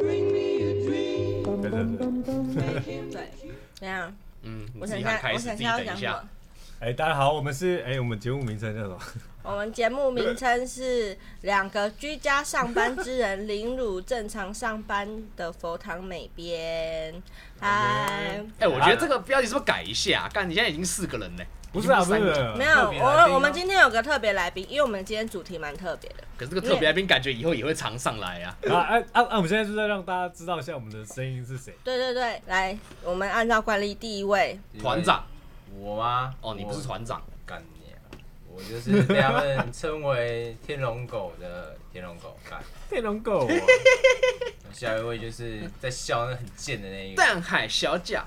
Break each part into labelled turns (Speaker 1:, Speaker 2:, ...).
Speaker 1: bring me a dream.
Speaker 2: 对对对。
Speaker 1: Make him
Speaker 3: 对，怎样？
Speaker 4: 嗯，
Speaker 3: 我
Speaker 4: 你自
Speaker 3: 想
Speaker 4: 己
Speaker 3: 一
Speaker 4: 要
Speaker 3: 下，
Speaker 4: 开
Speaker 3: 我
Speaker 4: 始，
Speaker 3: 想
Speaker 4: 自
Speaker 3: 一
Speaker 4: 己
Speaker 3: 下要
Speaker 4: 等
Speaker 3: 讲
Speaker 4: 一
Speaker 3: 什
Speaker 4: 下
Speaker 3: 么。？
Speaker 2: 哎，大家好，我们是哎，我们节目名称叫什么？
Speaker 3: 我们节目名称是《两个居家上班之人凌辱正常上班的佛堂美编》。嗨，
Speaker 4: 哎、我觉得这个标题是不是改一下？啊干，你现在已经四个人嘞，
Speaker 2: 不是啊，
Speaker 4: 已
Speaker 2: 不
Speaker 4: 经
Speaker 2: 是
Speaker 4: 三个，
Speaker 3: 没有，
Speaker 2: 特别来宾
Speaker 3: 我
Speaker 2: 啊
Speaker 3: 我们今天有个特别来宾，因为我们今天主题蛮特别的。
Speaker 4: 可是这个特别来宾感觉以后也会常上来啊。
Speaker 2: 啊啊啊！啊我们现在就是在让大家知道一下我们的声音是谁。
Speaker 3: 对对对，来，我们按照惯例，第一位，
Speaker 4: 团长，
Speaker 5: 我吗？
Speaker 4: 哦，你不是
Speaker 5: 我
Speaker 4: 团长，
Speaker 5: 干你啊！我就是被他们称为天龙狗的天龙狗。干，
Speaker 2: 天龙狗，
Speaker 5: 下一位就是在笑那很贱的那一个。
Speaker 4: 淡海小贾，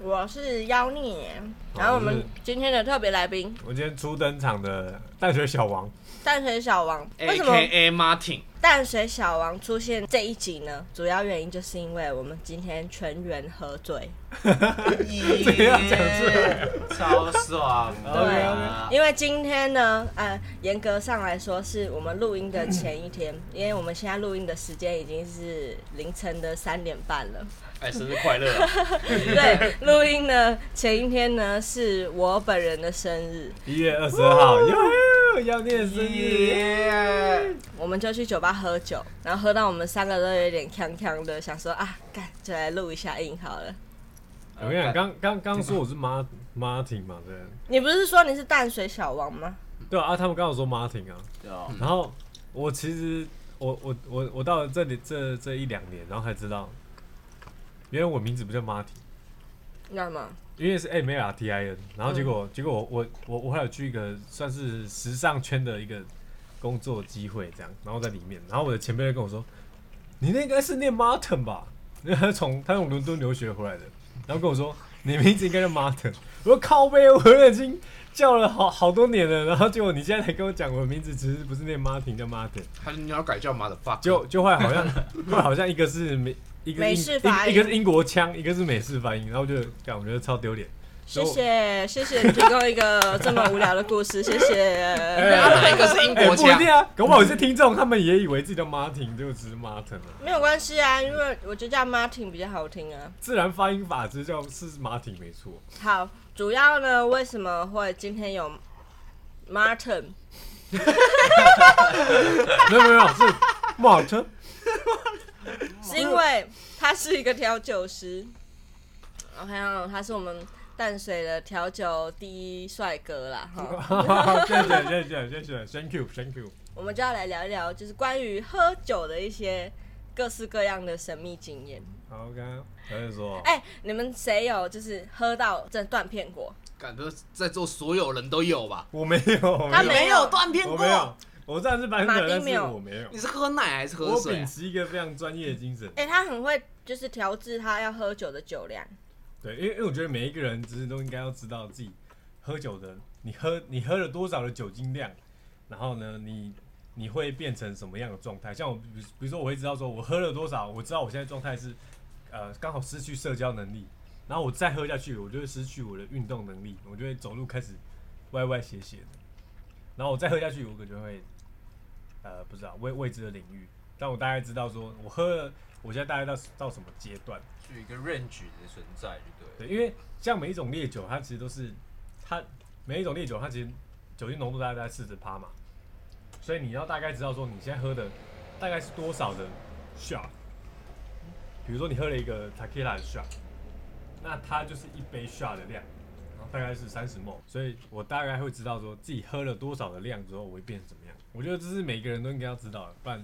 Speaker 3: 我是妖孽，
Speaker 4: 哦
Speaker 3: 然后我们今天的特别来宾
Speaker 2: 我今天初登场的淡水小王，
Speaker 3: 淡水小王。为
Speaker 4: A
Speaker 3: 什么
Speaker 4: K A Martin，
Speaker 3: 淡水小王出现这一集呢？主要原因就是因为我们今天全员喝醉，
Speaker 5: 这
Speaker 2: 个要讲出来，
Speaker 5: 超爽的啊。
Speaker 3: 因为今天呢，呃，严格上来说是我们录音的前一 天，因为我们现在录音的时间已经是凌晨的三点半了。
Speaker 4: 哎、生日快乐、啊！
Speaker 3: 对，录音呢前一天呢是我本人的生日，
Speaker 2: 一月二十二号，哟，要念生日，
Speaker 5: 耶！
Speaker 3: 我们就去酒吧喝酒，然后喝到我们三个都有点呛呛的，想说啊，干就来录一下音好了。
Speaker 2: 我跟你讲，刚刚刚说我是马 Martin 嘛，对
Speaker 3: 你不是说你是淡水小王吗？
Speaker 2: 对啊，啊他们刚好说 Martin 啊，
Speaker 5: 对哦，
Speaker 2: 然后我其实我我我我到了这里这这一两年，然后才知道，原来我名字不叫 Martin，
Speaker 3: 你知道吗？
Speaker 2: 因为是哎 M A R T I N，然后结
Speaker 3: 嗯
Speaker 2: 果、结果我我我我还有去一个算是时尚圈的一个工作机会这样，然后在里面，然后我的前辈就跟我说，你那应该是念 Martin 吧， 因为他从他从伦敦留学回来的，然后跟我说你名字应该叫 Martin，我说靠背，我已经叫了好好多年了，然后结果你现在才跟我讲我的名字其实不是念 Martin 叫 Martin。
Speaker 4: 他你要改叫 mother fuck，
Speaker 2: 就就后来好像，后来好像一个是美，一个是
Speaker 3: 哦美
Speaker 2: 英
Speaker 3: 式发音
Speaker 2: 一个一个是英国腔，一个是美式发音，然后就感觉超丢脸。
Speaker 3: 谢谢谢谢你提供一个这么无聊的故事，谢谢。
Speaker 4: 啊哪一个是英
Speaker 2: 哎、
Speaker 4: 国
Speaker 2: 不一
Speaker 4: 腔？
Speaker 2: 定啊，搞不好有些听众他们也以为自己叫 Martin，就只是 Martin 啊。
Speaker 3: 没有关系啊，因为我觉得叫 Martin 比较好听啊。
Speaker 2: 自然发音法只叫是 Martin 没错，
Speaker 3: 好，主要呢，为什么会今天有 Martin？
Speaker 2: 没有没有没有是 Martin，
Speaker 3: 是因为他是一个调酒师，我看到他是我们淡水的调酒第一帅哥啦。哈，
Speaker 2: 谢谢谢谢谢谢，Thank you Thank you。
Speaker 3: 我们就要来聊一聊，就是关于喝酒的一些各式各样的神秘经验。
Speaker 2: 好，刚刚还在说，
Speaker 3: 哎、你们谁有就是喝到真的断片过？
Speaker 4: 感觉在座所有人都有吧？
Speaker 2: 我没有，我
Speaker 3: 他
Speaker 2: 没有，
Speaker 3: 没有
Speaker 4: 断片
Speaker 2: 我没有，我虽然是班
Speaker 3: 马
Speaker 2: 长，
Speaker 3: 丁
Speaker 2: 但是
Speaker 3: 没有
Speaker 2: 我没有，
Speaker 4: 你是喝奶还是喝
Speaker 2: 我
Speaker 4: 水
Speaker 2: 秉
Speaker 4: 啊、
Speaker 2: 持一个非常专业的精神。
Speaker 3: 哎、他很会就是调制他要喝酒的酒量。
Speaker 2: 对，因为因为我觉得每一个人其实都应该要知道自己喝酒的，你喝你喝了多少的酒精量，然后呢，你你会变成什么样的状态？像我，比如比如说我会知道说我喝了多少，我知道我现在状态是呃刚好失去社交能力，然后我再喝下去，我就会失去我的运动能力，我就会走路开始歪歪斜斜的，然后我再喝下去，我可能就会呃不知道未未知的领域，但我大概知道说我喝了，我现在大概到到什么阶段。
Speaker 5: 就一个任举的存在，就对了。
Speaker 2: 对，因为像每一种烈酒，它其实都是它每一种烈酒，它其实酒精浓度大概在四十趴嘛，所以你要大概知道说你现在喝的大概是多少的 shot。比如说你喝了一个 tequila 的 shot，那它就是一杯 shot 的量，然后大概是三十 ml，所以我大概会知道说自己喝了多少的量之后我会变成怎么样。我觉得这是每个人都应该要知道的，不然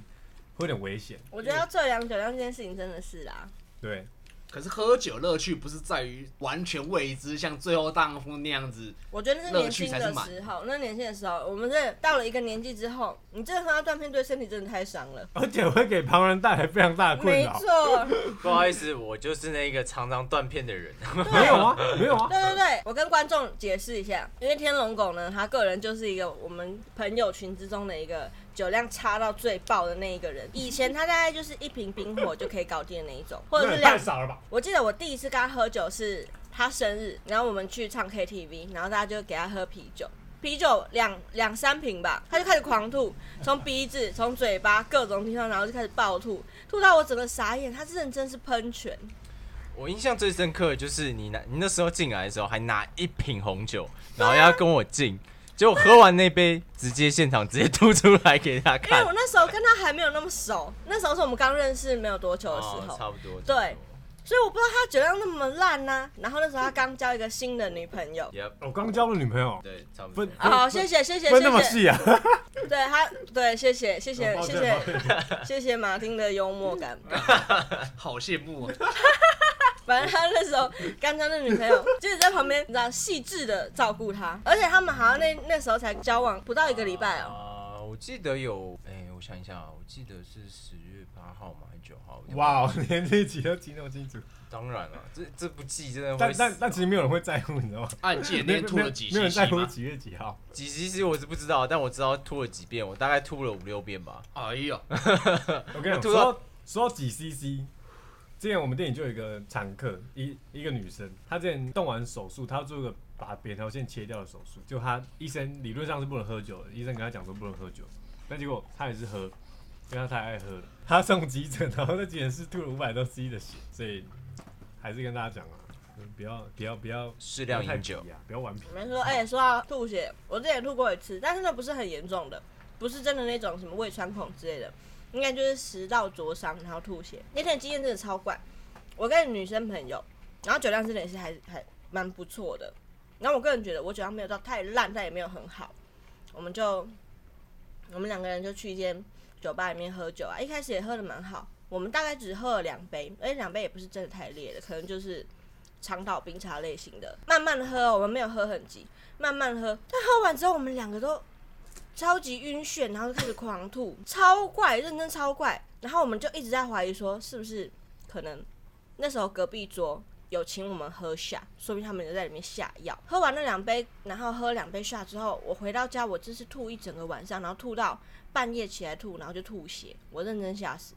Speaker 2: 会有点危险。
Speaker 3: 我觉得要测量酒量这件事情真的是啦，
Speaker 2: 对，
Speaker 4: 可是喝酒乐趣不是在于完全未知，像最后荡妇那样子，
Speaker 3: 我觉得那是年轻的时候，那年轻的时候，我们这到了一个年纪之后，你真的喝到断片，对身体真的太伤了。
Speaker 2: 而且会给旁人带来非常大的困
Speaker 3: 没
Speaker 2: 扰。
Speaker 3: 错，
Speaker 5: 不好意思，我就是那个常常断片的人。
Speaker 2: 没有啊，没有啊，
Speaker 3: 对对对，我跟观众解释一下，因为天龙狗呢，他个人就是一个我们朋友群之中的一个酒量差到最爆的那一个人。以前他大概就是一瓶冰火就可以搞定的那一种，或者
Speaker 2: 那
Speaker 3: 是
Speaker 2: 也
Speaker 3: 两
Speaker 2: 太少了吧？
Speaker 3: 我记得我第一次跟他喝酒是他生日，然后我们去唱 KTV，然后大家就给他喝啤酒，啤酒两两三瓶吧，他就开始狂吐，从鼻子、从嘴巴各种地方，然后就开始暴吐，吐到我整个傻眼，他是认真是喷泉，
Speaker 5: 我印象最深刻的就是你拿你那时候进来的时候还拿一瓶红酒，然后要跟我敬，结果喝完那杯直接现场直接吐出来给他
Speaker 3: 因为
Speaker 5: 看
Speaker 3: 我。那时候跟他还没有那么熟，那时候是我们刚认识没有多久的时
Speaker 5: 哦
Speaker 3: 候，
Speaker 5: 差不多。
Speaker 3: 对所以我不知道他酒量那么烂呐、然后那时候他刚交一个新的女朋友。
Speaker 5: y e
Speaker 2: 我刚交了女朋友，
Speaker 5: 对，差不多
Speaker 2: 分。
Speaker 3: 好、谢谢谢谢谢
Speaker 2: 分那么
Speaker 3: 谢，
Speaker 2: 细啊？
Speaker 3: 对他对谢谢谢谢
Speaker 2: 抱
Speaker 3: 谢
Speaker 2: 歉
Speaker 3: 谢
Speaker 2: 抱歉
Speaker 3: 谢谢马丁的幽默感。
Speaker 4: 好羡慕 哦。
Speaker 3: 反正他那时候刚交的女朋友，就是在旁边，你知道，细致的照顾他，而且他们好像那那时候才交往不到一个礼拜哦、
Speaker 5: 啊、我记得有，哎、我想一下啊，我记得是十月八号嘛，还是九号？
Speaker 2: 哇，哦，连这一集都记那么清楚，
Speaker 5: 当然了，这这不记真的
Speaker 2: 但
Speaker 5: 会死啊。
Speaker 2: 但但其实没有人会在乎，你知道吗？
Speaker 4: 啊，你记得那
Speaker 2: 没有
Speaker 4: 天吐了几
Speaker 2: 没有
Speaker 4: 星
Speaker 2: 人在
Speaker 4: 星
Speaker 2: 乎
Speaker 4: 吗？
Speaker 2: 几月几号。
Speaker 5: 几集其实我是不知道，但我知道吐了几遍，我大概吐了五六遍吧。
Speaker 4: 哎呦，
Speaker 2: 我跟你讲，
Speaker 5: 吐
Speaker 2: 说
Speaker 5: 到
Speaker 2: 到说到几 CC，之前我们店里就有一个常客，一一个女生，她之前动完手术，她要做一个把扁桃腺切掉的手术，就她医生理论上是不能喝酒的，医生跟她讲说不能喝酒，但结果她也是喝，因为她太爱喝了，她送急诊，然后在急诊室吐了五百多 CC 的血，所以还是跟大家讲啊，不要不要不要
Speaker 5: 适
Speaker 2: 不要
Speaker 5: 量
Speaker 2: 太
Speaker 5: 饮
Speaker 2: 皮
Speaker 5: 酒，
Speaker 2: 啊，不要顽皮。
Speaker 3: 你们说，哎、说到吐血，我之前也吐过一次，但是那不是很严重的，不是真的那种什么胃穿孔之类的，应该就是食道灼伤，然后吐血。那天的经验真的超怪，我跟女生朋友，然后酒量真的也是还还蛮不错的，然后我个人觉得我酒量没有到太烂，但也没有很好，我们就 我们两个人就去一间酒吧里面喝酒啊，一开始也喝的蛮好，我们大概只喝了两杯，而且两杯也不是真的太烈的，可能就是长岛冰茶类型的，慢慢喝，我们没有喝很急，慢慢喝。但喝完之后，我们两个都超级晕眩，然后就开始狂吐，超怪，认真超怪。然后我们就一直在怀疑说，是不是可能那时候隔壁桌有请我们喝下，说明他们有在里面下药。喝完那两杯，然后喝两杯下之后，我回到家，我真是吐一整个晚上，然后吐到半夜起来吐，然后就吐血，我认真吓死，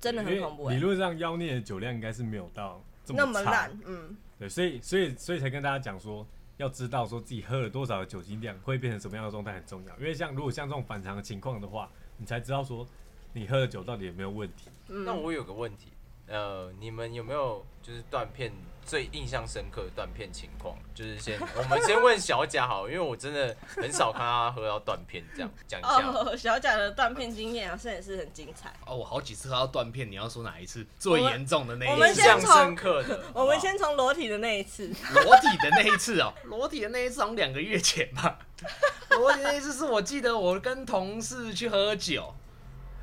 Speaker 3: 真的很恐怖、
Speaker 2: 因为
Speaker 3: 欸
Speaker 2: 理，论上妖孽的酒量应该是没有到这么
Speaker 3: 那么
Speaker 2: 差
Speaker 3: 烂，嗯。
Speaker 2: 对，所以所以所以才跟大家讲说，要知道说自己喝了多少的酒精量会变成什么样的状态很重要。因为像如果像这种反常的情况的话，你才知道说你喝的酒到底有没有问题。
Speaker 3: 嗯
Speaker 5: 那我有个问题，呃，你们有没有就是断片最印象深刻的断片情况？就是先我们先问小贾好了，因为我真的很少看他喝到断片这样讲一下。
Speaker 3: 哦，小贾的断片经验好像也是很精彩。
Speaker 4: 哦，我好几次喝到断片，你要说哪一次最
Speaker 3: 我们
Speaker 4: 严重的那
Speaker 3: 我
Speaker 4: 一
Speaker 3: 们
Speaker 5: 印
Speaker 4: 次？
Speaker 3: 先
Speaker 5: 象
Speaker 3: 从
Speaker 5: 深刻的，好不 好
Speaker 3: 我们先从裸体的那一次，
Speaker 4: 裸体的那一次哦，裸体的那一次好像两个月前吧。 裸体那一次是我记得我跟同事去喝酒，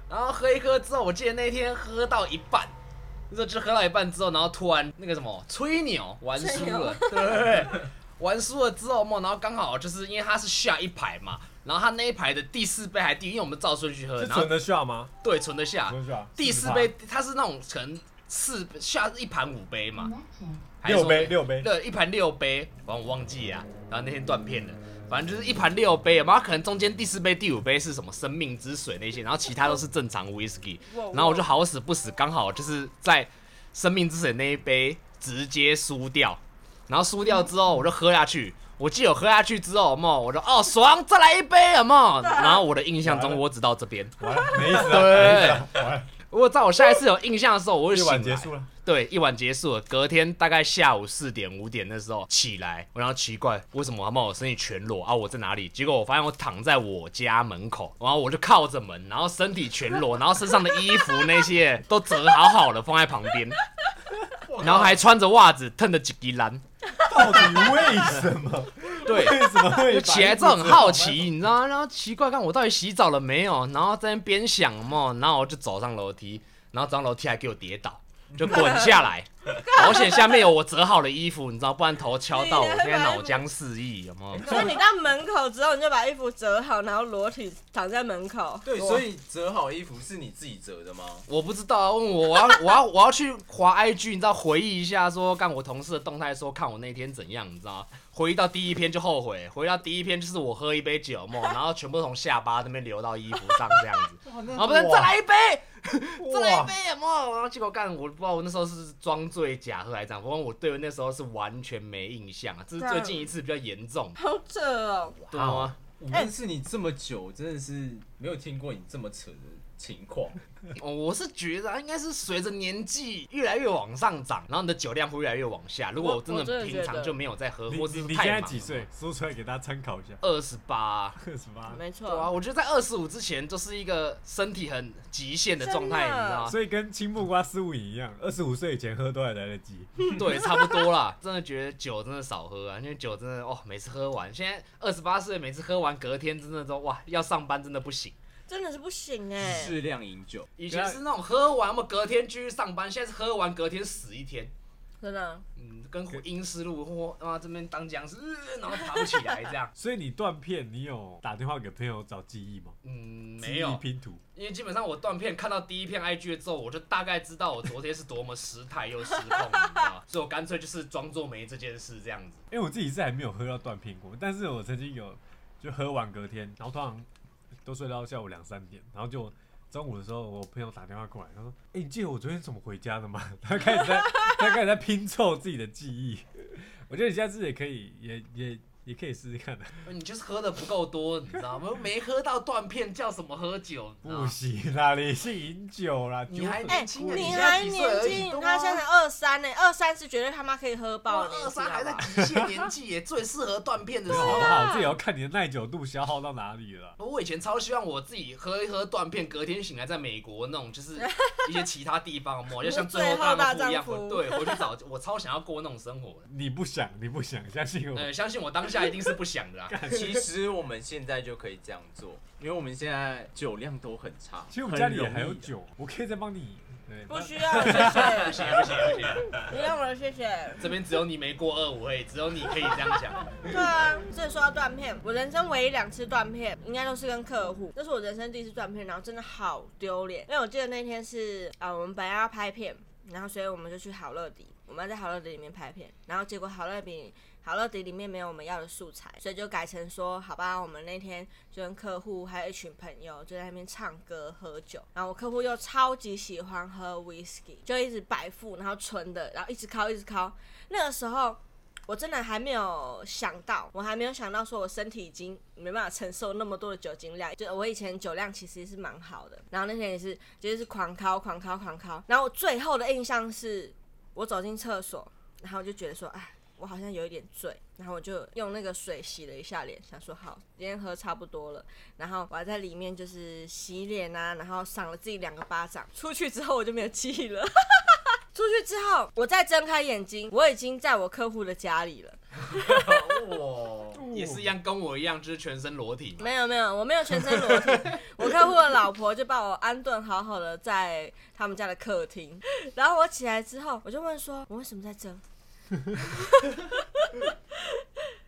Speaker 4: 然后喝一喝之后，我记得那天喝到一半，那时候就喝到一半之后，然后突然那个什么吹牛玩输了，对，玩输了之后嘛，然后刚好就是因为他是下一排嘛，然后他那一排的第四杯还第一，因为我们照顺序喝，
Speaker 2: 是
Speaker 4: 然后
Speaker 2: 存得下吗？
Speaker 4: 对存得下
Speaker 2: 存，得下。
Speaker 4: 第四
Speaker 2: 40%
Speaker 4: 杯它是那种可能四下一盘五杯嘛，还是
Speaker 2: 六杯
Speaker 4: 说
Speaker 2: 六杯
Speaker 4: 对，一盘六杯，反正我忘记啊，然后那天断片了。反正就是一盘六杯，然后可能中间第四杯、第五杯是什么生命之水那些，然后其他都是正常 whisky，
Speaker 3: 哇
Speaker 4: 然后我就好死不死，刚好就是在生命之水那一杯直接输掉，然后输掉之后我就喝下去，我记得我喝下去之后，有没有我就哦爽，再来一杯，有 没有？然后我的印象中我只到这边，
Speaker 2: 完了，没意思了，没意思
Speaker 4: 对
Speaker 2: 了，，完了，
Speaker 4: 如果在我下一次有印象的时候，我会
Speaker 2: 一
Speaker 4: 醒
Speaker 2: 晚
Speaker 4: 来。
Speaker 2: 结束了。
Speaker 4: 对，一晚结束了，隔天大概下午四点五点那时候起来，我然后奇怪为什么他把我身体全裸啊？我在哪里？结果我发现我躺在我家门口，然后我就靠着门，然后身体全裸，然后身上的衣服那些都折好好的放在旁边，然后还穿着袜子，腾着几滴蓝。
Speaker 2: 到底为什么？
Speaker 4: 对，
Speaker 2: 为什么会
Speaker 4: 就
Speaker 2: 把
Speaker 4: 起来
Speaker 2: 衣
Speaker 4: 之
Speaker 2: 服
Speaker 4: 后很
Speaker 2: 折
Speaker 4: 好
Speaker 2: 好
Speaker 4: 奇，你知道吗？然后奇怪，看我到底洗澡了没有？然后在那边想嘛，然后我就走上楼梯，然后走上楼梯还给我跌倒，就滚下来，保险下面有我折好的衣服，你知道，不然头敲到我，
Speaker 3: 你
Speaker 4: 现
Speaker 3: 还
Speaker 4: 在
Speaker 3: 把
Speaker 4: 脑浆四溢，有没有？
Speaker 3: 所以你到门口之后，你就把衣服折好，然后裸体躺在门口。
Speaker 5: 对，
Speaker 3: 裸
Speaker 5: 所以折好衣服是你自己折的吗？
Speaker 4: 我不知道啊，问我，我要 我要我要去滑 IG，你知道回忆一下说，干我同事的动态说看我那天怎样，你知道吗？回忆到第一篇就后悔，回忆到第一篇就是我喝一杯酒梦，然后全部从下巴那边流到衣服上这样子，然后不然再来一杯，再来一杯有没有？然后结果干我不知道我那时候是装醉假喝还是怎样，反正我对那时候是完全没印象啊，这是最近一次比较严重，啊
Speaker 3: 好扯哦，
Speaker 4: 对吗？
Speaker 5: 我认识你这么久，真的是没有听过你这么扯的情况。
Speaker 4: 哦，我是觉得啊应该是随着年纪越来越往上涨，然后你的酒量会越来越往下。如果
Speaker 3: 我
Speaker 4: 我真
Speaker 3: 我真
Speaker 4: 的
Speaker 3: 的
Speaker 4: 平
Speaker 3: 觉
Speaker 4: 常
Speaker 3: 得
Speaker 4: 就没有在喝，
Speaker 2: 你
Speaker 4: 或是
Speaker 2: 你你现
Speaker 4: 太
Speaker 2: 在
Speaker 4: 忙
Speaker 2: 几岁？？说出来给大家参考一下。
Speaker 4: 二十八。
Speaker 2: 二十八，
Speaker 3: 没
Speaker 4: 对啊，
Speaker 3: 错。
Speaker 4: 我觉得在二十五之前就是一个身体很极限的状态，
Speaker 3: 真的
Speaker 4: 你知
Speaker 2: 所以跟青木瓜丝五饮一样，二十五岁以前喝都还来得及。。
Speaker 4: 道吗？对，差不多啦。真的觉得酒真的少喝啊，因为酒真的哦，每次喝完，现在二十八岁，每次喝完隔天真的都哇，要上班真的不行。
Speaker 3: 真的是不行哎、
Speaker 5: 适量饮酒，
Speaker 4: 以前是那种喝完嘛隔天继续上班，现在是喝完隔天死一天。
Speaker 3: 真的。
Speaker 4: 嗯，跟阴湿路或啊这边当僵尸， 呃然后爬不起来这样
Speaker 2: 所以你断片，你有打电话给朋友找记忆吗？
Speaker 4: 嗯，
Speaker 2: 记
Speaker 4: 没
Speaker 2: 忆
Speaker 4: 有，
Speaker 2: 拼图，
Speaker 4: 因为基本上我断片看 到第一片 IG 之后，我就大概知道我昨天是多么失态又失控，你知道 吗？所以我干脆就是装作没这件事这样子。
Speaker 2: 因为我自己是还没有喝到断片过，但是我曾经有就喝完隔天，然后通常都睡到下午两三点，然后就中午的时候，我朋友打电话过来，他说：“哎、你记得我昨天怎么回家的吗？” 他开始在他开始在拼凑自己的记忆。我觉得你下次也可以，也也也可以试试看啊的。
Speaker 4: 你就是喝的不够多，你知道吗？没喝到断片叫什么喝酒？你知道
Speaker 5: 哦
Speaker 2: 啊不
Speaker 4: 吗
Speaker 2: 行啦，你是饮酒啦，
Speaker 4: 你
Speaker 2: 酒
Speaker 4: 还
Speaker 2: 很
Speaker 3: 哎、
Speaker 4: 年轻啊
Speaker 3: 你
Speaker 4: 你现在
Speaker 3: 还
Speaker 4: 几岁
Speaker 3: 年
Speaker 4: 而已
Speaker 3: 轻，
Speaker 4: 对啊
Speaker 3: 他
Speaker 4: 哦
Speaker 3: 现在二三呢，二三是绝对他妈可以喝爆的
Speaker 4: 二
Speaker 3: 年纪，
Speaker 4: 三还
Speaker 3: 好
Speaker 4: 在
Speaker 3: 不好
Speaker 4: 极限年纪也最适合断片的时
Speaker 2: 好不
Speaker 4: 候。
Speaker 2: 好？这也要看你的耐久度消耗到哪里了。
Speaker 4: 我以前超希望我自己喝一喝断片，隔天醒来在美国那种，就是一些其他地方嘛，就像最后大丈夫一样，
Speaker 3: 最后大丈夫
Speaker 4: 我对，回去找我超想要过那种生 活的。
Speaker 2: 你不想，你不想，相信我。
Speaker 4: 呃，相信我当下一定是不想的啦。
Speaker 5: 其实我们现在就可以这样做，因为我们现在酒量都很差，
Speaker 2: 其实我们家里也
Speaker 5: 很
Speaker 2: 还有
Speaker 5: 容易啊
Speaker 2: 酒，我可以再帮你。对，
Speaker 3: 不
Speaker 2: 那
Speaker 3: 需要，谢
Speaker 4: 不
Speaker 3: 谢，
Speaker 4: 行不行不行，
Speaker 3: 不用了，谢谢。
Speaker 4: 这边只有你没过二五而已，只有你可以这样讲。
Speaker 3: 对啊，这说到断片，我人生唯一两次断片，应该都是跟客户。这是我人生第一次断片，然后真的好丢脸，因为我记得那天是啊、呃我们本来要拍片，然后所以我们就去好乐迪，我们要在好乐迪里面拍片，然后结果好乐迪好乐迪里面没有我们要的素材，所以就改成说，好吧，我们那天就跟客户还有一群朋友就在那边唱歌喝酒，然后我客户又超级喜欢喝 whisky，就一直摆富，然后纯的，然后一直敲一直敲。那个时候我真的还没有想到，我还没有想到说我身体已经没办法承受那么多的酒精量。就我以前酒量其实是蛮好的，然后那天也是就是狂敲狂敲狂敲，然后我最后的印象是我走进厕所，然后我就觉得说，哎。我好像有一点醉，然后我就用那个水洗了一下脸，想说好，今天喝差不多了。然后我还在里面就是洗脸啊，然后赏了自己两个巴掌。出去之后我就没有记忆了。出去之后，我再睁开眼睛，我已经在我客户的家里了。
Speaker 5: 哇，
Speaker 4: 也是一样，跟我一样，就是全身裸体嘛。
Speaker 3: 没有没有，我没有全身 裸体，我客户的老婆就把我安顿好好的在他们家的客厅。然后我起来之后，我就问说，我为什么在这？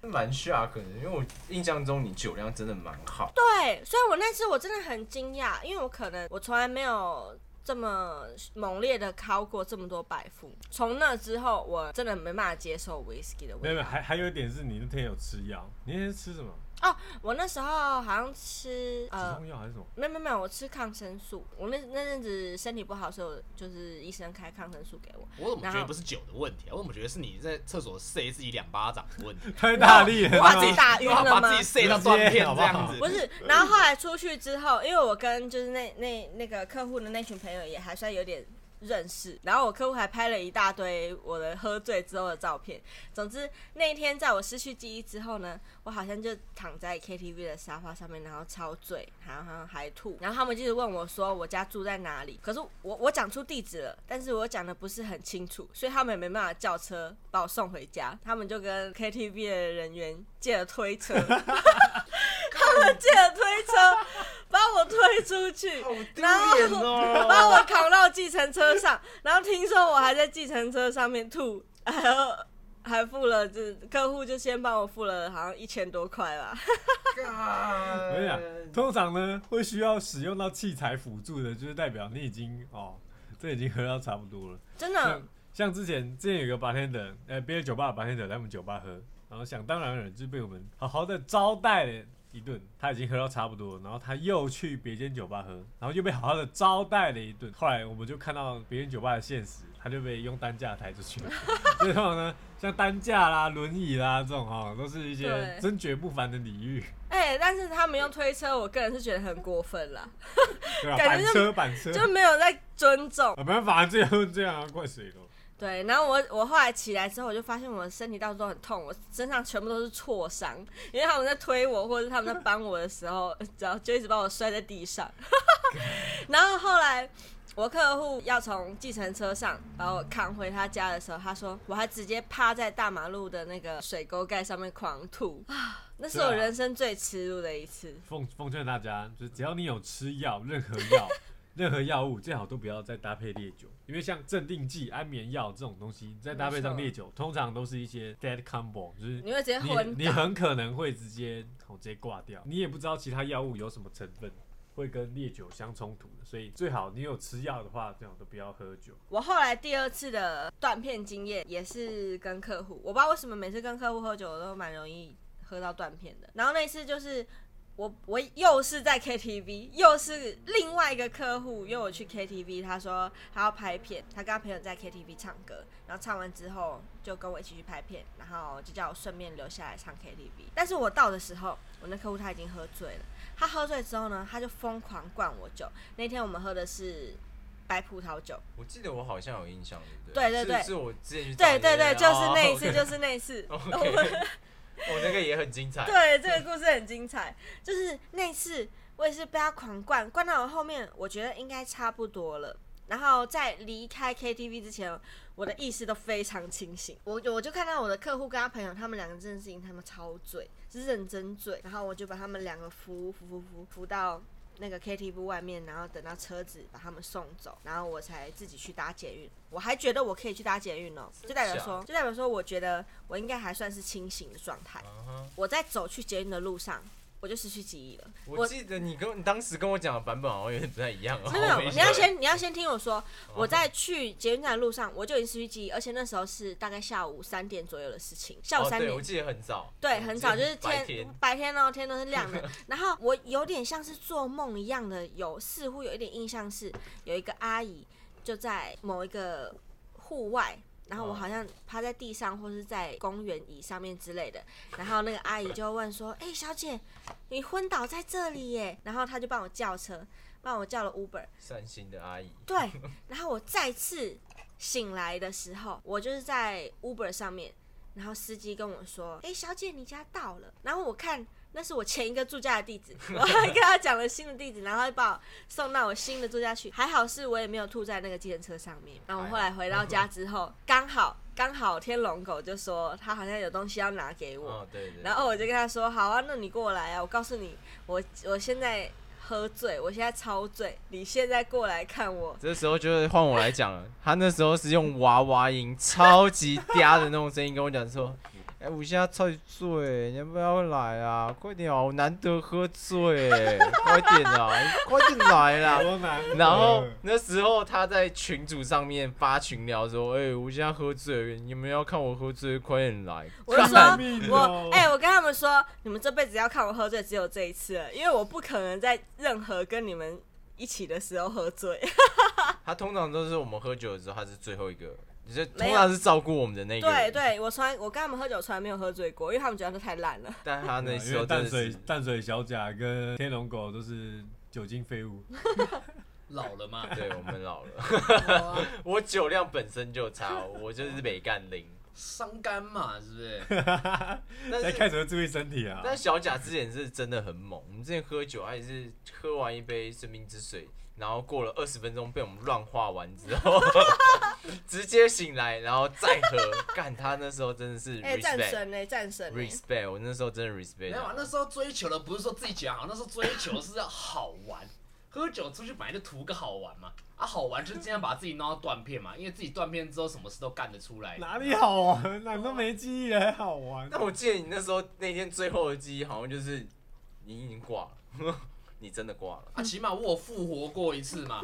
Speaker 5: 蛮 shock 的，因为我印象中你酒量真的蛮好，
Speaker 3: 对，所以我那次我真的很惊讶，因为我可能我从来没有这么猛烈的敲过这么多百富。从那之后，我真的没办法接受 whisky 的
Speaker 2: 没有
Speaker 3: 味
Speaker 2: 没有，
Speaker 3: 道。
Speaker 2: 还还有一点是你那天有吃药，你那天吃什么？
Speaker 3: 哦，我那时候好像吃
Speaker 2: 止
Speaker 3: 呃
Speaker 2: 痛药还是什么？
Speaker 3: 没有没有没有，我吃抗生素。我那那阵子身体不好，所以我就是医生开抗生素给 我。
Speaker 4: 我怎么觉
Speaker 3: 然
Speaker 4: 得
Speaker 3: 后
Speaker 4: 不是酒的问题啊？我怎么觉得是你在厕所塞自己两巴掌的问题？
Speaker 2: 太大力了，
Speaker 3: 我把
Speaker 2: 是吗
Speaker 3: 自己打晕
Speaker 4: 然后
Speaker 3: 了
Speaker 4: 把自
Speaker 3: 吗
Speaker 4: 己？塞到断片这样
Speaker 2: 直
Speaker 4: 子。
Speaker 3: 不是，然后后来出去之后，因为我跟就是那那那个客户的那群朋友也还算有点认识，然后我客户还拍了一大堆我的喝醉之后的照片。总之那一天在我失去记忆之后呢，我好像就躺在 KTV 的沙发上面，然后超醉，然后还吐，然后他们就是问我说我家住在哪里，可是我我讲出地址了，但是我讲的不是很清楚，所以他们也没办法叫车把我送回家，他们就跟 KTV 的人员借了推车。他们借了推车把我推出去，
Speaker 4: 丢
Speaker 3: 然后
Speaker 4: 脸 哦！
Speaker 3: 把我扛到计程车上，然后听说我还在计程车上面吐，还有还付了，这客户就先帮我付了好像一千多块吧。
Speaker 2: 我跟你讲，啊通常呢会需要使用到器材辅助的，就是代表你已经哦，这已经喝到差不多了。
Speaker 3: 真的
Speaker 4: 嗯
Speaker 2: 像，像之前之前有个 bartender，呃，别的酒吧的 bartender 来我们酒吧喝，然后想当然了就被我们好好的招待了一顿，他已经喝到差不多，然后他又去别间酒吧喝，然后又被好好的招待了 一顿。后来我们就看到别间酒吧的现实，他就被用担架抬出去了。 所以通常呢，像担架啦、轮椅啦这种哦，都是一些
Speaker 3: 对
Speaker 2: 真绝不凡的礼遇，
Speaker 3: 哎、但是他们用推车，我个人是觉得很过分啦，
Speaker 2: 对吧？
Speaker 3: 感
Speaker 2: 板
Speaker 3: 觉
Speaker 2: 车板车，
Speaker 3: 就没有在尊重。
Speaker 2: 啊，没办法，这样这样啊，怪谁咯？
Speaker 3: 对，然后我我后来起来之后，我就发现我的身体到处都很痛，我身上全部都是挫伤，因为他们在推我或者是他们在帮我的时候，然后就一直把我摔在地上。 然后后来我客户要从计程车上把我扛回他家的时候，他说我还直接趴在大马路的那个水沟盖上面狂吐 啊，那是
Speaker 2: 对啊
Speaker 3: 我人生最耻辱的一次。
Speaker 2: 奉奉劝大家，就是只要你有吃药，任何 药、任何药物，最好都不要再搭配烈酒，因为像镇定剂、安眠药这种东西，再搭配上烈酒，通常都是一些 dead combo，就是
Speaker 3: 你会直接昏
Speaker 2: 你你很可能会直接哦直接挂掉，你也不知道其他药物有什么成分。会跟烈酒相冲突的，所以最好你有吃药的话，最好都不要喝 酒。
Speaker 3: 我后来第二次的断片经验也是跟客户，我不知道为什么每次跟客户喝酒我都蛮容易喝到断片的。然后那一次就是我我又是在 KTV，又是另外一个客户约我去 KTV，他说他要拍片，他跟他朋友在 KTV 唱歌，然后唱完之后就跟我一起去拍片，然后就叫我顺便留下来唱 KTV。但是我到的时候，我那客户他已经喝醉了，他喝醉之后呢，他就疯狂灌我酒。那天我们喝的是白葡萄酒。
Speaker 5: 我记得我好像有印象，对不
Speaker 3: 对对
Speaker 5: 对
Speaker 3: 对
Speaker 5: 是是我之前去找
Speaker 3: 对
Speaker 5: 你
Speaker 3: 对对，
Speaker 5: 的
Speaker 3: 就是那一次，
Speaker 5: 哦
Speaker 3: 就是那一次。
Speaker 5: OK，OK 哦，那个也很精彩。
Speaker 3: 对，这个故事很精彩。就是那一次，我也是被他狂灌，灌到我后面，我觉得应该差不多了。然后在离开 KTV 之前，我的意识都非常清醒。我我就看到我的客户跟他朋友，他们两个真的是他们超醉，是认真醉。然后我就把他们两个扶扶扶扶扶到那个 KTV 外面，然后等到车子把他们送走，然后我才自己去搭捷运。我还觉得我可以去搭捷运哦，就代表说，就代表说，我觉得我应该还算是清醒的状态。
Speaker 5: 嗯哼
Speaker 3: 我在走去捷运的路上，我就失去记忆了。
Speaker 5: 我记得你跟你当时跟我讲的版本好像有点不太一样哦。
Speaker 3: 没有没有，
Speaker 5: 我
Speaker 3: 你要先你要先听我说，
Speaker 5: 哦
Speaker 3: 我在去捷运站的路上，我就已经失去记忆，而且那时候是大概下午三点左右的事情，下午
Speaker 5: 哦，
Speaker 3: 三
Speaker 5: 对，
Speaker 3: 点。
Speaker 5: 我记得很早，
Speaker 3: 对，很早，就是
Speaker 5: 白
Speaker 3: 天
Speaker 5: 天，
Speaker 3: 白天哦，天都是亮 的。然后我有点像是做梦一样的，有似乎有一点印象是有一个阿姨就在某一个户外，然后我
Speaker 5: 哦
Speaker 3: 好像趴在地上或是在公园椅上面之类的。然后那个阿姨就问说：“哎、小姐，你昏倒在这里耶？”然后她就帮我叫车，帮我叫了 Uber。
Speaker 5: 善心的阿姨，
Speaker 3: 对，然后我再次醒来的时候，我就是在 Uber 上面，然后司机跟我说：“哎、小姐，你家到了。”然后我看那是我前一个住家的地址，我还跟他讲了新的地址，然后他就把我送到我新的住家去。还好是我也没有吐在那个计程车上面。然后我后来回到家之后，刚好刚好天龙狗就说他好像有东西要拿给我，
Speaker 5: 哦对对，
Speaker 3: 然后我就跟他说：“好啊，那你过来啊！我告诉你，我我现在喝醉，我现在超醉，你现在过来看我。
Speaker 5: 这时候就是换我来讲了，他那时候是用娃娃音，超级嗲的那种声音跟我讲说。 哎、我现在超级醉，哎你要不要来啊？快点啊！我难得喝醉，快点啊！快点来 啦！
Speaker 2: 多难得
Speaker 5: 然后
Speaker 2: 啊
Speaker 5: 那时候他在群组上面发群聊说：“哎、我现在喝醉，你们要看我喝醉，快点来！”
Speaker 3: 我就说
Speaker 2: 干命：“
Speaker 3: 我
Speaker 2: 哦
Speaker 3: 哎、我跟他们说，你们这辈子要看我喝醉，只有这一次了，因为我不可能在任何跟你们一起的时候喝醉。
Speaker 5: 他通常都是我们喝酒的时候，他是最后一个，就
Speaker 3: 没有
Speaker 5: 通常是照顾我们的那个
Speaker 3: 对
Speaker 5: 人。
Speaker 3: 对，我从来我跟他们喝酒从来没有喝醉过，因为他们觉得太烂了。
Speaker 5: 但他
Speaker 2: 对
Speaker 5: 那
Speaker 2: 啊
Speaker 5: 时
Speaker 2: 因为
Speaker 5: 候真
Speaker 2: 淡
Speaker 5: 的
Speaker 2: 水
Speaker 5: 是
Speaker 2: 淡水小甲跟天龙狗都是酒精废物，
Speaker 4: 老了嘛，
Speaker 5: 对我们老了， 我酒量本身就差，我就是没干零。
Speaker 4: 伤肝嘛，是不是？
Speaker 5: 但
Speaker 2: 才开
Speaker 5: 是
Speaker 2: 始会注意身体啊。
Speaker 5: 但小贾之前是真的很猛，我们之前喝酒，他也是喝完一杯生命之水，然后过了二十分钟被我们乱化完之后， 直接醒来，然后再喝。干他那时候真的是
Speaker 3: 哎、战
Speaker 5: respect
Speaker 3: 神呢、战神、欸，
Speaker 5: respect，我那时候真的
Speaker 4: 没
Speaker 5: respect
Speaker 4: 有啊
Speaker 5: 他。，
Speaker 4: 那时候追求的不是说自己讲好，那时候追求是要好玩。 喝酒出去本来就图个好玩嘛，啊，好玩就是尽量把自己弄到断片嘛，因为自己断片之后什么事都干得出来。
Speaker 2: 哪里好玩？哪都没记忆还好啊玩。
Speaker 5: 但我记得你那时候那天最后的记忆好像就是你已经挂了， 你真的挂了。
Speaker 4: 啊，起码我有复活过一次嘛，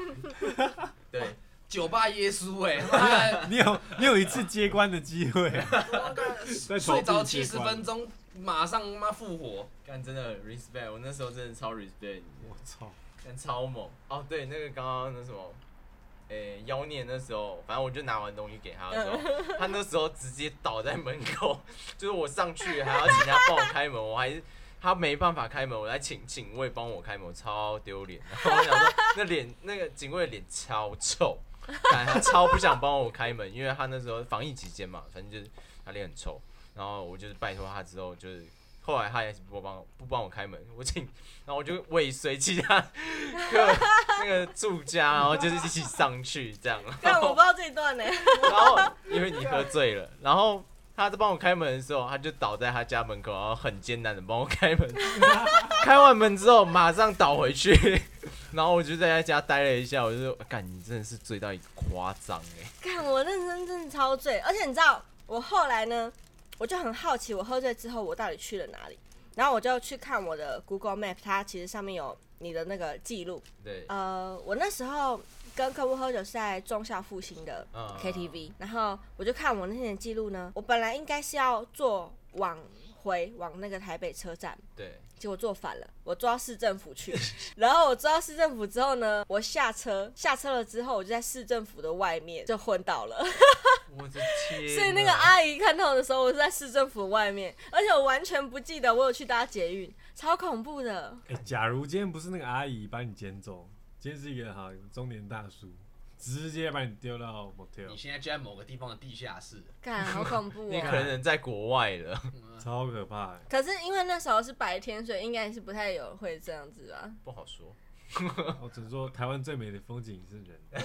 Speaker 5: 对，
Speaker 4: 酒吧耶稣哎、欸，
Speaker 2: 你有你有一次接关的机会，啊 在
Speaker 4: 妈睡着
Speaker 2: 早
Speaker 4: 七十分，钟，马上妈复活。
Speaker 5: 干真的 respect，我那时候真的超 respect 你的
Speaker 2: 我操！
Speaker 5: 但超猛哦！对，那个刚刚那什么，诶、妖孽那时候，反正我就拿完东西给他的时候，他那时候直接倒在门口， 就是我上去还要请他帮我开门，我还他没办法开门，我来请警卫帮我开门，我超丢脸。然 后我想说，那脸那个警卫的脸超臭，感他超不想帮我开门，因为他那时候防疫期间嘛，反正就是他脸很臭。然后我就是拜托他之后，就是后来他也是不帮我不帮我开门，我请，然后我就尾随其他 个那个住家，然后就是一起上去这样。
Speaker 3: 但我不知道这一段 呢、
Speaker 5: 然后因为你喝醉了，然后他在帮我开门的时候，他就倒在他家门口，然后很艰难的帮我开门。 开完门之后，马上倒回去。 然后我就在他家待了一下，我就说：“干，你真的是醉到一个夸张哎！
Speaker 3: 看我认真真的超醉，而且你知道，我后来呢，我就很好奇，我喝醉之后我到底去了哪里？然后我就去看我的 Google Map，它其实上面有你的那个记录。
Speaker 5: 对，
Speaker 3: 呃，我那时候跟客户喝酒是在中校复兴的
Speaker 5: 嗯
Speaker 3: KTV，、然后我就看我那天的记录呢，我本来应该是要坐往回往那个台北车站，
Speaker 5: 对，
Speaker 3: 结果坐反了，我坐到市政府 去。然后我坐到市政府之后呢，我下车，下车了之后，我就在市政府的外面就昏倒了。
Speaker 5: 我的天！
Speaker 3: 所以那个，阿姨看到我的时候，我是在市政府外面，而且我完全不记得我有去搭捷运，超恐怖的。
Speaker 2: 哎、假如今天不是那个阿姨把你捡走，今天是一个哈中年大叔，直接把你丢到 motel，
Speaker 4: 你现在就在某个地方的地下室，
Speaker 3: 干，好恐怖
Speaker 5: 你
Speaker 3: 哦！
Speaker 5: 可能在国外了，
Speaker 2: 超可怕、 欸。
Speaker 3: 可是因为那时候是白天，所以应该是不太有人会这样子吧？
Speaker 5: 不好说。
Speaker 2: 我哦只能说，台湾最美的风景是人，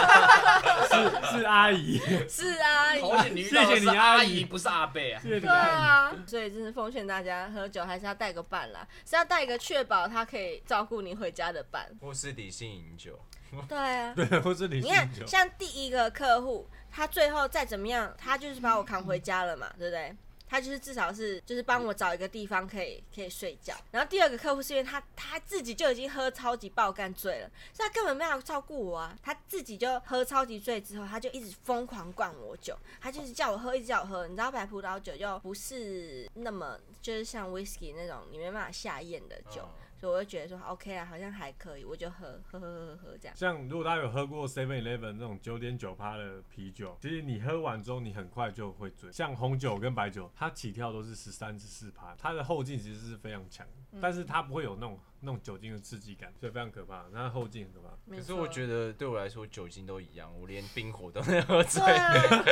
Speaker 2: 是是阿姨。
Speaker 3: 是啊，
Speaker 4: 好险你遇到的
Speaker 2: 谢
Speaker 4: 是
Speaker 2: 谢你
Speaker 4: 阿
Speaker 2: 阿
Speaker 4: 姨，
Speaker 2: 姨
Speaker 4: 不是阿贝啊。
Speaker 2: 谢谢你
Speaker 3: 对
Speaker 2: 阿
Speaker 3: 啊，所以真是奉劝大家喝酒还是要带个伴啦，是要带一个确保他可以照顾你回家的伴。
Speaker 5: 或是理性饮酒，
Speaker 3: 对啊
Speaker 2: 姨。，对， 或是李
Speaker 3: 你看
Speaker 2: 信九，
Speaker 3: 像第一个客户，他最后再怎么样，他就是把我扛回家了
Speaker 5: 嗯
Speaker 3: 嘛，对不对？他就是至少是就是帮我找一个地方可以可以睡觉。然后第二个客户是因为他他自己就已经喝超级爆干醉了，所以他根本没有照顾我啊，他自己就喝超级醉之后，他就一直疯狂灌我酒，他就是叫我喝，一直叫我喝。你知道白葡萄酒又不是那么就是像 whisky 那种你没办法下咽的酒，
Speaker 5: 嗯
Speaker 3: 所以我就觉得说 OK 啊，好像还可以，我就喝喝喝喝喝喝这样。
Speaker 2: 像如果大家有喝过 Seven Eleven 那种九点九趴的啤酒，其实你喝完之后你很快就会醉。像红酒跟白酒，它起跳都是十三至四趴，它的后劲其实是非常强，
Speaker 4: 嗯
Speaker 2: 但是它不会有那种那种酒精的刺激感，所以非常可怕。那它后劲很可怕。
Speaker 5: 可是我
Speaker 3: 得。
Speaker 5: 觉得啊对我来说酒精都一样，我连冰火都能喝 醉。
Speaker 3: 对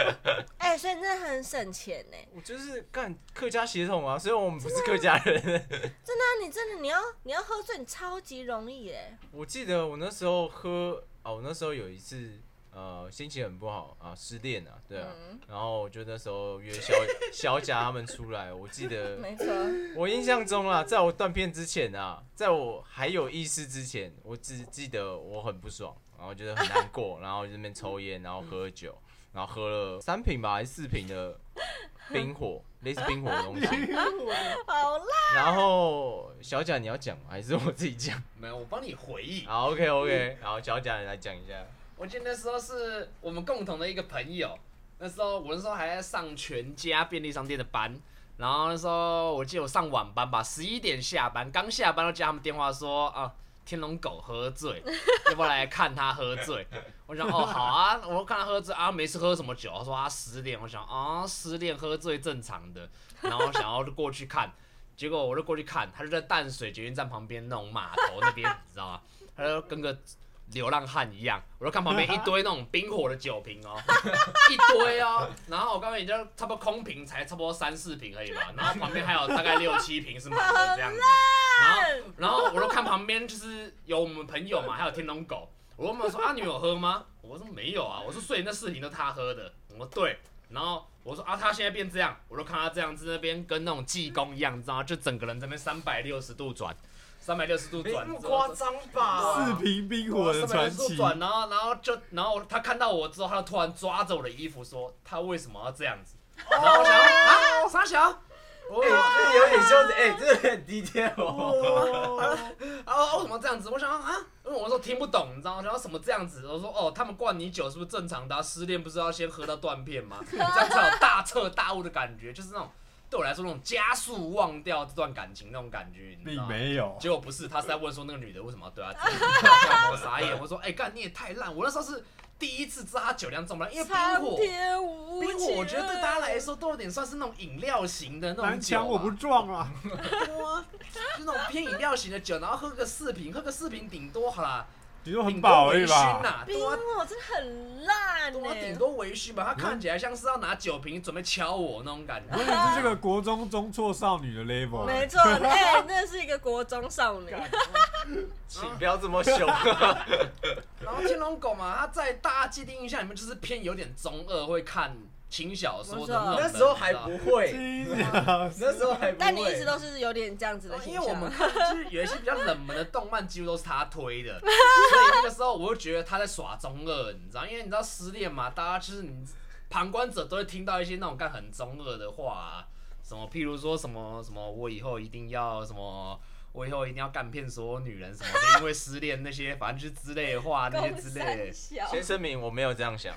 Speaker 3: 啊，哎、所以你真的很省钱呢。
Speaker 5: 我就是干客家血统啊，虽然我们不是客家人。
Speaker 3: 那你真的你要你要喝醉，你超级容易耶。
Speaker 5: 我记得我那时候喝啊，我那时候有一次呃心情很不好啊，失恋啊，对啊，
Speaker 3: 嗯，
Speaker 5: 然后我就那时候约小 小贾他们出来，我记
Speaker 4: 啊
Speaker 5: 得
Speaker 3: 没错，
Speaker 5: 我印象中啊，在我断片之前啊，在我还有意识之前，我只记得我很不爽，然后觉得很难 过，然后就在那边抽烟，然后喝酒，然后喝了三瓶吧还是四瓶的冰 火，类似冰火的东西。
Speaker 3: 好辣。
Speaker 5: 然后小贾你要讲吗还是我自己讲？
Speaker 4: 没有，我帮你回忆。
Speaker 5: 好，OK OK，好， 小贾你来讲一下。
Speaker 4: 我记得那时候是我们共同的一个朋友，那时候我那时候还在上全家便利商店的班，然后那时候我记得我上晚班吧，十一点下班，刚下班就接他们电话说啊，天龙狗喝醉，要不要来看他喝醉？我想哦好啊，我看他喝醉啊，没事喝什么酒？他说他失恋，我想啊失恋喝醉正常的，然后我想要过去看，结果我就过去看，他就在淡水捷运站旁边那种码头那边，你知道吗？他就跟个流浪汉一样，我就看旁边一堆那种冰火的酒瓶哦，一堆哦，然后我刚才也就差不多空瓶才差不多三四瓶而已吧，然后旁边还有大概六七瓶是满的这样子，然后然后我就看旁边就是有我们朋友嘛，还有天龙狗，我问我说啊，你有喝吗？我说没有啊，我说所以那四瓶都他喝的。我说对，然后我说啊，他现在变这样，我就看他这样子那边跟那种济公一样，你知道吗？就整个人这边三百六十度转，三百六十度
Speaker 5: 没
Speaker 4: 转，
Speaker 5: 哎那么夸张啊吧？
Speaker 4: 啊
Speaker 2: 四瓶冰火的传奇，
Speaker 4: 转，然后然后就然后他看到我之后，他就突然抓着我的衣服说，他为什么要这样子？然后我想说啊，傻小。我
Speaker 5: 哎，这有点羞耻，哎，这有点低调哦。
Speaker 4: 然后为什么这样子？我想说啊，因为我说听不懂，你知道吗？然后什么这样子？我说哦，他们灌你酒是不是正常的啊、失恋不是要先喝到断片吗？这样才有大彻大悟的感觉，就是那种对我来说那种加速忘掉这段感情那种感觉，你知
Speaker 2: 并
Speaker 4: 道吗？
Speaker 2: 没有。
Speaker 4: 结果不是，他是在问说那个女的为什么要对他这样，我傻眼。我说哎、干你也太烂！我那时候是第一次知道他酒量这么烂，因为冰
Speaker 3: 苍
Speaker 4: 火。
Speaker 3: 天无
Speaker 4: 冰火，
Speaker 3: 情。
Speaker 4: 我觉得对大家来说都有点算是那种饮料型的那种
Speaker 2: 南
Speaker 4: 酒、啊。
Speaker 2: 墙我不撞啊！
Speaker 4: 哇， 就那种偏饮料型的酒，然后喝个四瓶，喝个四瓶顶多好啦，
Speaker 2: 你说很
Speaker 4: 顶
Speaker 2: 饱
Speaker 4: 多
Speaker 2: 而已
Speaker 4: 微醺
Speaker 2: 吧？
Speaker 4: 呐、
Speaker 3: 冰
Speaker 4: 对啊，
Speaker 3: 火真的很烂
Speaker 4: 对啊，顶
Speaker 3: 呢。
Speaker 4: 多微醺吧。他看起来像是要拿酒瓶准备敲我那种感
Speaker 2: 我
Speaker 4: 觉。
Speaker 2: 也是这个国中中辍少女的 level，啊
Speaker 3: 没错，哎，那是一个国中少女。
Speaker 5: 请不要这么凶。 啊
Speaker 4: 然后天龙狗嘛，他在大家既定印象里面就是偏有点中二，会看轻小说的那种人。 啊
Speaker 5: 那时候
Speaker 4: 你
Speaker 5: 还
Speaker 4: 知道
Speaker 5: 不 会，
Speaker 2: 金鸟
Speaker 5: 那时候还不会。
Speaker 3: 但你一直都是有点这样子的
Speaker 4: 哦因
Speaker 3: 形
Speaker 4: 为我们
Speaker 3: 象。
Speaker 4: 看就是有一些比较冷门的动漫，几乎都是他推的，所以那个时候我就觉得他在耍中二，你知道？因为你知道失恋嘛，大家就是你旁观者都会听到一些那种干很中二的话、啊，什么譬如说什么什么我以后一定要什么。我以后一定要干遍所有女人什么的，因为失恋那些，反正就是之类的话那些
Speaker 3: 公
Speaker 4: 之类
Speaker 3: 三
Speaker 4: 的。
Speaker 3: 小，
Speaker 5: 先声明，我没有这样 想。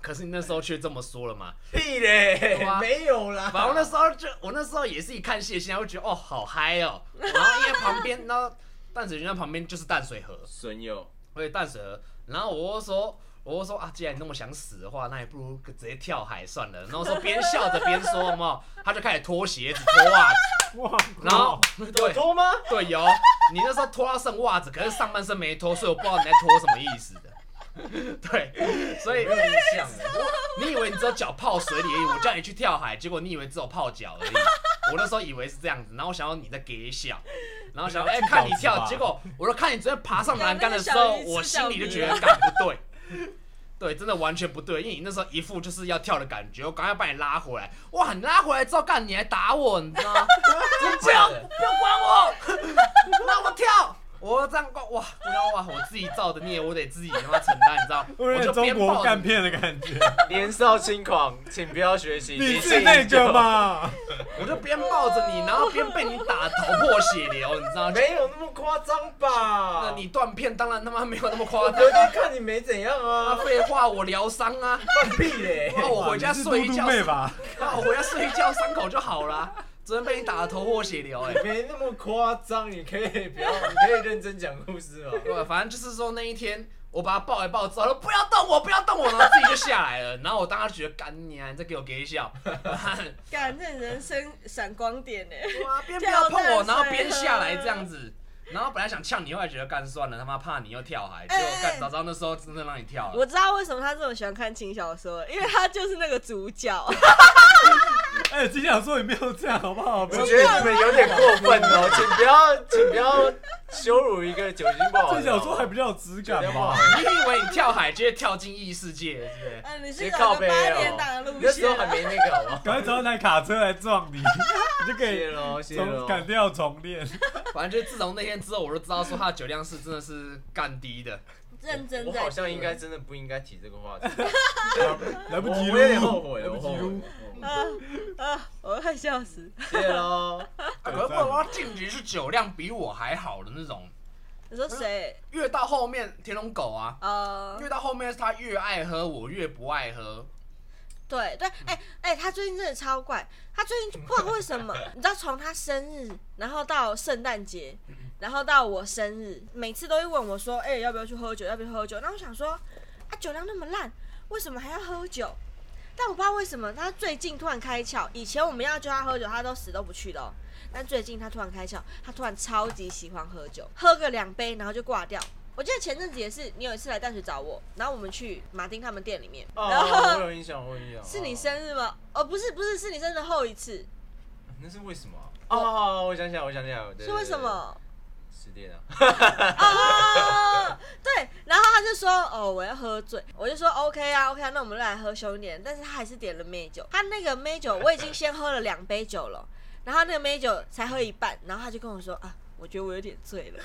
Speaker 4: 可是你那时候却这么说了嘛？
Speaker 5: 屁嘞
Speaker 4: 啊
Speaker 5: 没有啦。
Speaker 4: 反正我那时候就，我那时候也是一看谢欣，然后觉得哦好嗨哦，然后因为旁边，然后淡水学校旁边就是淡水河，
Speaker 5: 损友，
Speaker 4: 所以淡水河，然后我就说。我就说啊，既然你那么想死的话，那也不如直接跳海算了。然后说边笑着边说，有没 有？他就开始脱鞋子、脱袜子，
Speaker 2: 哇！
Speaker 4: 然后
Speaker 5: 有
Speaker 4: 对
Speaker 5: 脱吗？
Speaker 4: 对有，你那时候脱到剩袜子，可是上半身没脱，所以我不知道你在脱什么意思的。对，所以
Speaker 5: 没有印象了。
Speaker 4: 你以为你只有脚泡水里而已，我叫你去跳海，结果你以为只有泡脚而已。我那时候以为是这样子，然后我想要你在给笑，然后想要哎、看你跳，结果我就看你昨天爬上栏杆的时候，我心里就觉得感不对， 对，真的完全不对，因为你那时候一副就是要跳的感觉，我赶快把你拉回来，哇，你拉回来之后干你还打我，你知道 吗？不要不要管我，让我跳。我这样哇哇，哇我自己造的孽，我得自己他妈承担，你知道？
Speaker 2: 有
Speaker 4: 我就
Speaker 2: 点
Speaker 4: 边
Speaker 2: 中
Speaker 4: 抱
Speaker 2: 国
Speaker 4: 着
Speaker 2: 干片的感觉，
Speaker 5: 年少轻狂，请不要学习。
Speaker 2: 你
Speaker 5: 理
Speaker 2: 是
Speaker 5: 性
Speaker 2: 那
Speaker 5: 饮酒
Speaker 2: 个？吗？
Speaker 4: 我就边抱着你，然后边被你打头破血流，你知道吗？
Speaker 5: 没有那么夸张吧？
Speaker 4: 那你断片当然他妈没有那么夸张
Speaker 5: 有。点看你没怎样
Speaker 4: 啊
Speaker 5: 啊，
Speaker 4: 废话，我疗伤 啊，
Speaker 5: 放屁 嘞！
Speaker 4: 那我回家
Speaker 2: 你是
Speaker 4: 睡一
Speaker 2: 嘟嘟
Speaker 4: 觉，
Speaker 2: 妹吧？
Speaker 4: 那我回家睡一觉，伤口就好了啊。昨天被你打的头破血流、哎，
Speaker 5: 没那么夸张，你可以不要，你可以认真讲故事哦吗？
Speaker 4: 对，反正就是说那一天，我把他抱一抱之后，他说不要动我，不要动我，然后自己就下来 了。然后我当时觉得干你啊，你再给我给笑，
Speaker 3: 感这人生闪光点呢。
Speaker 4: 哇，边不要碰我，然后边下来这样子。 然后本来想呛你，后来觉得干算了，他妈怕你又跳海，结果干早知道那时候真的让你跳了。
Speaker 3: 我知道为什么他这么喜欢看轻小说，因为他就是那个主角。
Speaker 2: 哎，金鸟说你没有这样好不好？不
Speaker 5: 我
Speaker 2: 要
Speaker 5: 觉得你们有点过分哦，请不要，请不要羞辱一个酒精不好的
Speaker 2: 这
Speaker 5: 人
Speaker 2: 小
Speaker 5: 哦。
Speaker 2: 说还比较有质
Speaker 5: 酒
Speaker 2: 感
Speaker 5: 精不好
Speaker 2: 吧
Speaker 5: 的？人
Speaker 4: 你以为你跳海就会跳进异世界，是不是？
Speaker 3: 啊，你是
Speaker 5: 别
Speaker 3: 走
Speaker 5: 靠
Speaker 3: 个
Speaker 5: 背
Speaker 3: 八点档的
Speaker 5: 哦，
Speaker 3: 路
Speaker 5: 那时候还
Speaker 3: 线。啊
Speaker 5: 没那个好不好？
Speaker 2: 赶快找一台卡车来 撞你，你就可
Speaker 5: 谢
Speaker 2: 以
Speaker 5: 喽，谢
Speaker 2: 重
Speaker 5: 喽。
Speaker 2: 砍掉重练。
Speaker 4: 反正就自从那天之后，我就知道说他的酒量是真的是干低的。
Speaker 3: 认真
Speaker 5: 我
Speaker 3: 在
Speaker 5: 好像应该真的不应该提这个话题，
Speaker 2: 来 不
Speaker 5: 我
Speaker 2: 及
Speaker 5: 我有点后
Speaker 2: 录，
Speaker 5: 悔
Speaker 2: 来
Speaker 5: 了，
Speaker 2: 不
Speaker 5: 我
Speaker 2: 及
Speaker 5: 后悔
Speaker 2: 录
Speaker 5: 了。。
Speaker 3: 啊啊！我快笑死。
Speaker 5: 谢 喽。
Speaker 4: 啊可是不我要晋级是酒量比我还好的那种，
Speaker 3: 你说谁？
Speaker 4: 越到后面天龙狗啊，
Speaker 3: 呃，
Speaker 4: 越到后面他越爱喝，我越不爱喝。
Speaker 3: 对对，哎、哎、他最近真的超怪，他最近不知道为什么，你知道从他生日，然后到圣诞节，然后到我生日，每次都会问我说，哎、要不要去喝酒？要不要去喝酒？那我想说，啊，酒量那么烂，为什么还要喝酒？但我不知道为什么他最近突然开窍，以前我们要叫他喝酒，他都死都不去的、哦。但最近他突然开窍，他突然超级喜欢喝酒，喝个两杯然后就挂掉。我记得前阵子也是，你有一次来淡水找我，然后我们去马丁他们店里面，然后、
Speaker 5: 哦，我有印象，我有印象。
Speaker 3: 是你
Speaker 5: 哦
Speaker 3: 生日吗？哦，不是，不是，是你生日的后一次，
Speaker 5: 哦那是为什么啊？哦，我想起来，我想起来，对
Speaker 3: 是为什？么？
Speaker 5: 失恋啊，
Speaker 3: 哦，对，然后他就说，哦，我要喝醉，我就说 OK 啊，OK 啊，那我们来喝凶一点，但是他还是点了美酒，他那个美酒我已经先喝了两杯酒了，然后那个美酒才喝一半，然后他就跟我说啊，我觉得我有点醉了，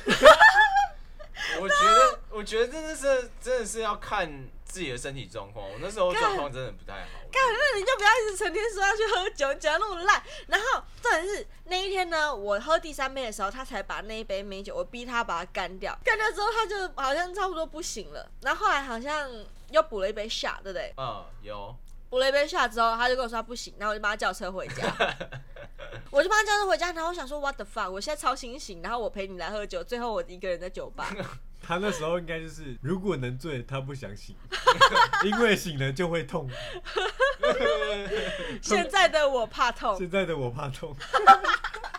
Speaker 5: 我觉得， 我觉得真的是，真的是要看自己的身体状况。我那时候
Speaker 3: 干
Speaker 5: 状况真的不太好。
Speaker 3: 干，那你就不要一直成天说要去喝酒，你讲得那么烂。然后重点是那一天呢，我喝第三杯的时候，他才把那一杯美酒，我逼他把它干掉，干掉之后他就好像差不多不行了，然后后来好像又补了一杯下，对不对？
Speaker 5: 嗯，有，
Speaker 3: 补了一杯下之后，他就跟我说他不行，然后我就帮他叫车回家。我就帮他叫车回家，然后我想说 what the fuck，我现在超清醒，然后我陪你来喝酒，最后我一个人在酒吧。
Speaker 2: 他那时候应该就是，如果能醉，他不 想醒，因为醒了就会痛。
Speaker 3: 现在的我怕 痛，
Speaker 2: 现在的我怕痛，啊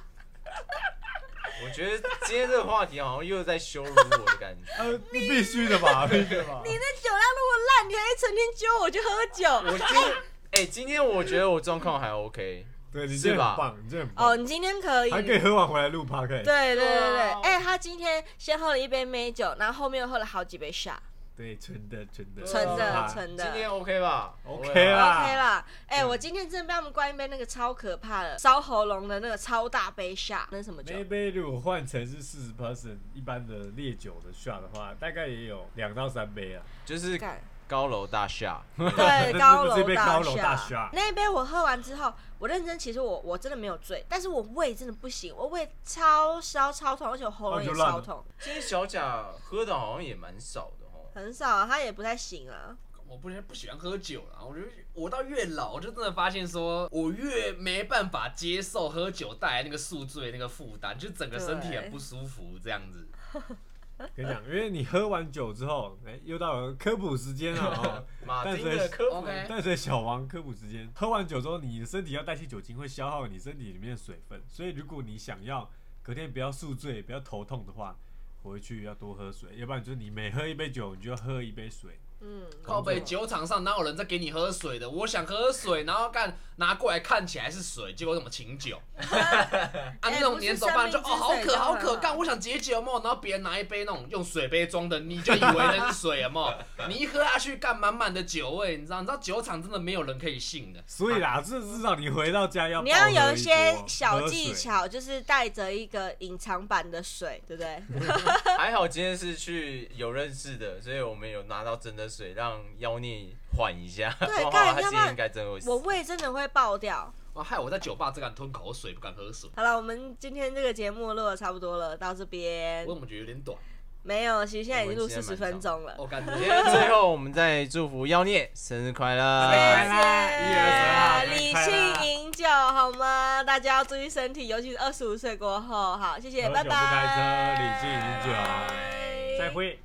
Speaker 5: 我觉得今天这个话题好像又在羞辱我的感 觉。
Speaker 2: 呃，那必须的吧，必须的吧。
Speaker 3: 你那酒量那么烂，你还成天揪我去喝酒。
Speaker 5: 我今天，哎、今天我觉得我状况还 OK。
Speaker 2: 对，你
Speaker 5: 是
Speaker 2: 这很
Speaker 5: 吧
Speaker 2: 棒，你这很
Speaker 3: 哦，
Speaker 2: 棒，
Speaker 3: 你今天可以，
Speaker 2: 还可以喝完回来录 p o d c a
Speaker 3: 对对对对对
Speaker 5: 对
Speaker 2: 哦
Speaker 5: 啊，
Speaker 3: 哎、他今天先喝了一杯美酒，然后后面又喝了好几杯下，
Speaker 2: 对，纯的纯的，
Speaker 3: 纯
Speaker 5: 对
Speaker 3: 的
Speaker 5: 啊
Speaker 3: 纯
Speaker 5: 今
Speaker 3: 的。
Speaker 5: 天 OK 吧
Speaker 2: OK 啦
Speaker 3: OK 啦，哎、
Speaker 2: 嗯
Speaker 3: 我今天真的被他们灌一杯那个超可怕的烧喉咙的那个超大杯下，那是什么酒
Speaker 2: 那？一杯如果换成是四十 percent 一般的烈酒的 shot 的话，大概也有两到三杯啊。
Speaker 5: 就是
Speaker 3: 干
Speaker 5: 高楼大厦。
Speaker 3: 对，高
Speaker 2: 那是
Speaker 3: 楼
Speaker 2: 被高楼
Speaker 3: 大
Speaker 2: 大
Speaker 3: 厦
Speaker 2: 厦。
Speaker 3: 那一杯我喝完之后，我认真，其实我我真的没有醉，但是我胃真的不行，我胃超烧超痛，而且我喉咙
Speaker 2: 哦
Speaker 3: 也
Speaker 2: 就烂
Speaker 3: 超
Speaker 2: 了
Speaker 3: 痛，
Speaker 5: 今天小贾喝的好像也蛮少的哦。
Speaker 3: 很少、啊，他也不太行啊。
Speaker 4: 我不不喜欢喝酒啦，我觉得我到越老，我就真的发现说，我越没办法接受喝酒带来那个宿醉那个负担，就整个身体很不舒服这样子。
Speaker 2: 跟你讲，因为你喝完酒之后，哎、又到了科普时间 了哦。
Speaker 5: 马丁
Speaker 2: 但
Speaker 5: 的
Speaker 2: 是
Speaker 5: 科普
Speaker 4: OK
Speaker 2: 淡水小王科普时间，喝完酒之后，你的身体要代谢酒精，会消耗你身体里面的水分，所以如果你想要隔天不要宿醉、不要头痛的话，回去要多喝水，要不然就是你每喝一杯酒，你就要喝一杯水。
Speaker 3: 嗯，
Speaker 4: 靠北酒场上哪有人在给你喝水的？我想喝水，然后干拿过来看起来是水，结果什么 清酒。啊，那种年走半就哦
Speaker 3: 哎不是生
Speaker 4: 好
Speaker 3: 命之水
Speaker 4: 渴好
Speaker 3: 就
Speaker 4: 渴，
Speaker 3: 很好
Speaker 4: 干我想解酒有没有然后别人拿一杯那种用水杯装的，你就以为那是水有没有？ 你一喝下去，干满满的酒味，你知道？你知道酒场真的没有人可以信的。
Speaker 2: 所以啦，至至少你回到家要
Speaker 3: 你要
Speaker 2: 暴喝
Speaker 3: 有一些
Speaker 2: 波
Speaker 3: 小
Speaker 2: 喝
Speaker 3: 技
Speaker 2: 水
Speaker 3: 巧，就是带着一个隐藏版的水，对不对？
Speaker 5: 还好今天是去有认识的，所以我们有拿到真的水，让妖孽缓一下。
Speaker 3: 对
Speaker 5: 不
Speaker 3: 干
Speaker 5: 然他今
Speaker 3: 要不然
Speaker 5: 天应该真的会死
Speaker 3: 我。胃真的会爆掉。
Speaker 4: 哇，害我在酒吧只敢吞口水，不敢喝水。
Speaker 3: 好了，我们今天这个节目录的差不多了，到这边
Speaker 4: 我怎么觉得有点短？
Speaker 3: 没有，其实现在已经录
Speaker 5: 我们
Speaker 3: 四
Speaker 5: 今
Speaker 3: 十
Speaker 5: 天哦
Speaker 3: 分钟了。
Speaker 4: 我感觉
Speaker 5: 今天最后，我们再祝福妖孽生日快乐！
Speaker 3: 谢谢，理
Speaker 2: 一二三
Speaker 3: 性饮酒好吗？大家要注意身体，尤其是二十五岁过后。好，谢谢，
Speaker 2: 喝
Speaker 3: 拜
Speaker 2: 酒不
Speaker 3: 拜。
Speaker 2: 开车理性饮酒再。会。